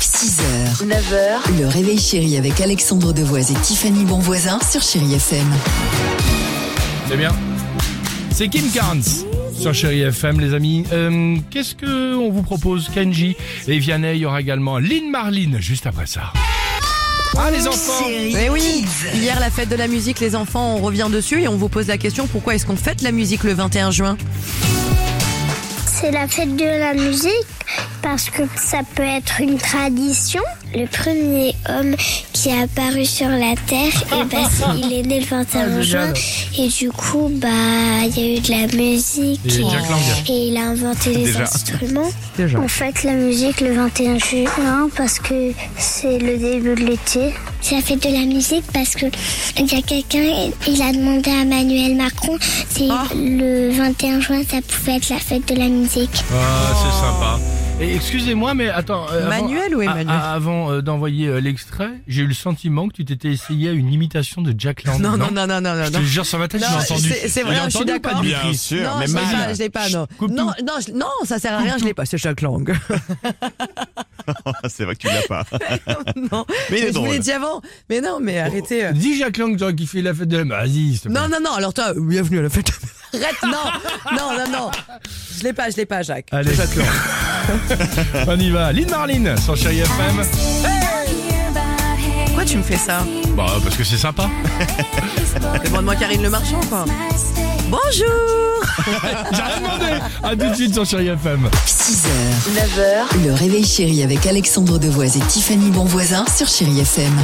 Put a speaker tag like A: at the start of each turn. A: 6h, 9h, le réveil chéri avec Alexandre Devoise et Tiffany Bonvoisin sur Chéri FM.
B: C'est bien. C'est Kim Carnes sur Chéri FM, les amis. Euh, Qu'est-ce que on vous propose Kenji et Vianney, il y aura également Lynn Marlin juste après ça. Ah les enfants
C: Eh oui, hier la fête de la musique, les enfants, on revient dessus et on vous pose la question pourquoi est-ce qu'on fête la musique le 21 juin
D: C'est la fête de la musique parce que ça peut être une tradition. Le premier homme qui est apparu sur la terre, et ben, c'est- il est né le
B: Ah,
D: 21 juin. Et du coup, bah, il y a eu de la musique.
B: Il y a eu Jack Lang.
D: et il a inventé les
B: Déjà.
D: instruments. On fête la musique le 21 juin parce que c'est le début de l'été. Ça fait de la musique parce que il y a quelqu'un, il a demandé à Emmanuel Macron si le 21 juin ça pouvait être la fête de la musique.
B: Ah, c'est sympa. Et excusez-moi, mais attends. euh, avant-
C: Oh. Manuel ou
B: a-
C: Emmanuel
B: a- Avant euh, d'envoyer euh, l'extrait, j'ai eu le sentiment que tu t'étais essayé à une imitation de Jack Lang.
C: Non, non, non, non, non, non.
B: Je te jure sur ma tête,
C: Non,
B: j'ai entendu.
C: c'est- c'est vrai,
B: J'ai
C: je suis
B: entendu ou pas
C: d'accord.
B: du
E: Bien
B: cri
E: sûr,
C: Non,
E: mais
C: je l'ai
E: Manuel.
C: pas, je l'ai pas, non.
B: coupe
C: Non, non, je- non, ça sert à rien, je l'ai pas, ce chaque langue.
E: C'est vrai que tu l'as pas.
C: non,
E: Mais il est
C: je vous
E: drôle.
C: l'ai dit avant. Mais non,
B: Oh.
C: mais arrêtez. euh.
B: Dis Jack Lang, toi qui fait la fête de la. Bah, Vas-y, s'il te plaît.
C: Non, non, non, alors toi, bienvenue à la fête. Arrête, non, non, non, non. Je l'ai pas, je l'ai pas, Jacques.
B: Allez, on y va. Lynn Marlin sur Chéri FM.
C: Pourquoi tu me fais ça
B: Bah, parce que c'est sympa.
C: Demande-moi Karine Le Marchand, quoi. Bonjour
B: J'ai rien demandé. À tout de suite sur Chéri FM.
A: 6h, 9h, le réveil chéri avec Alexandre Devoise et Tiffany Bonvoisin sur Chéri FM.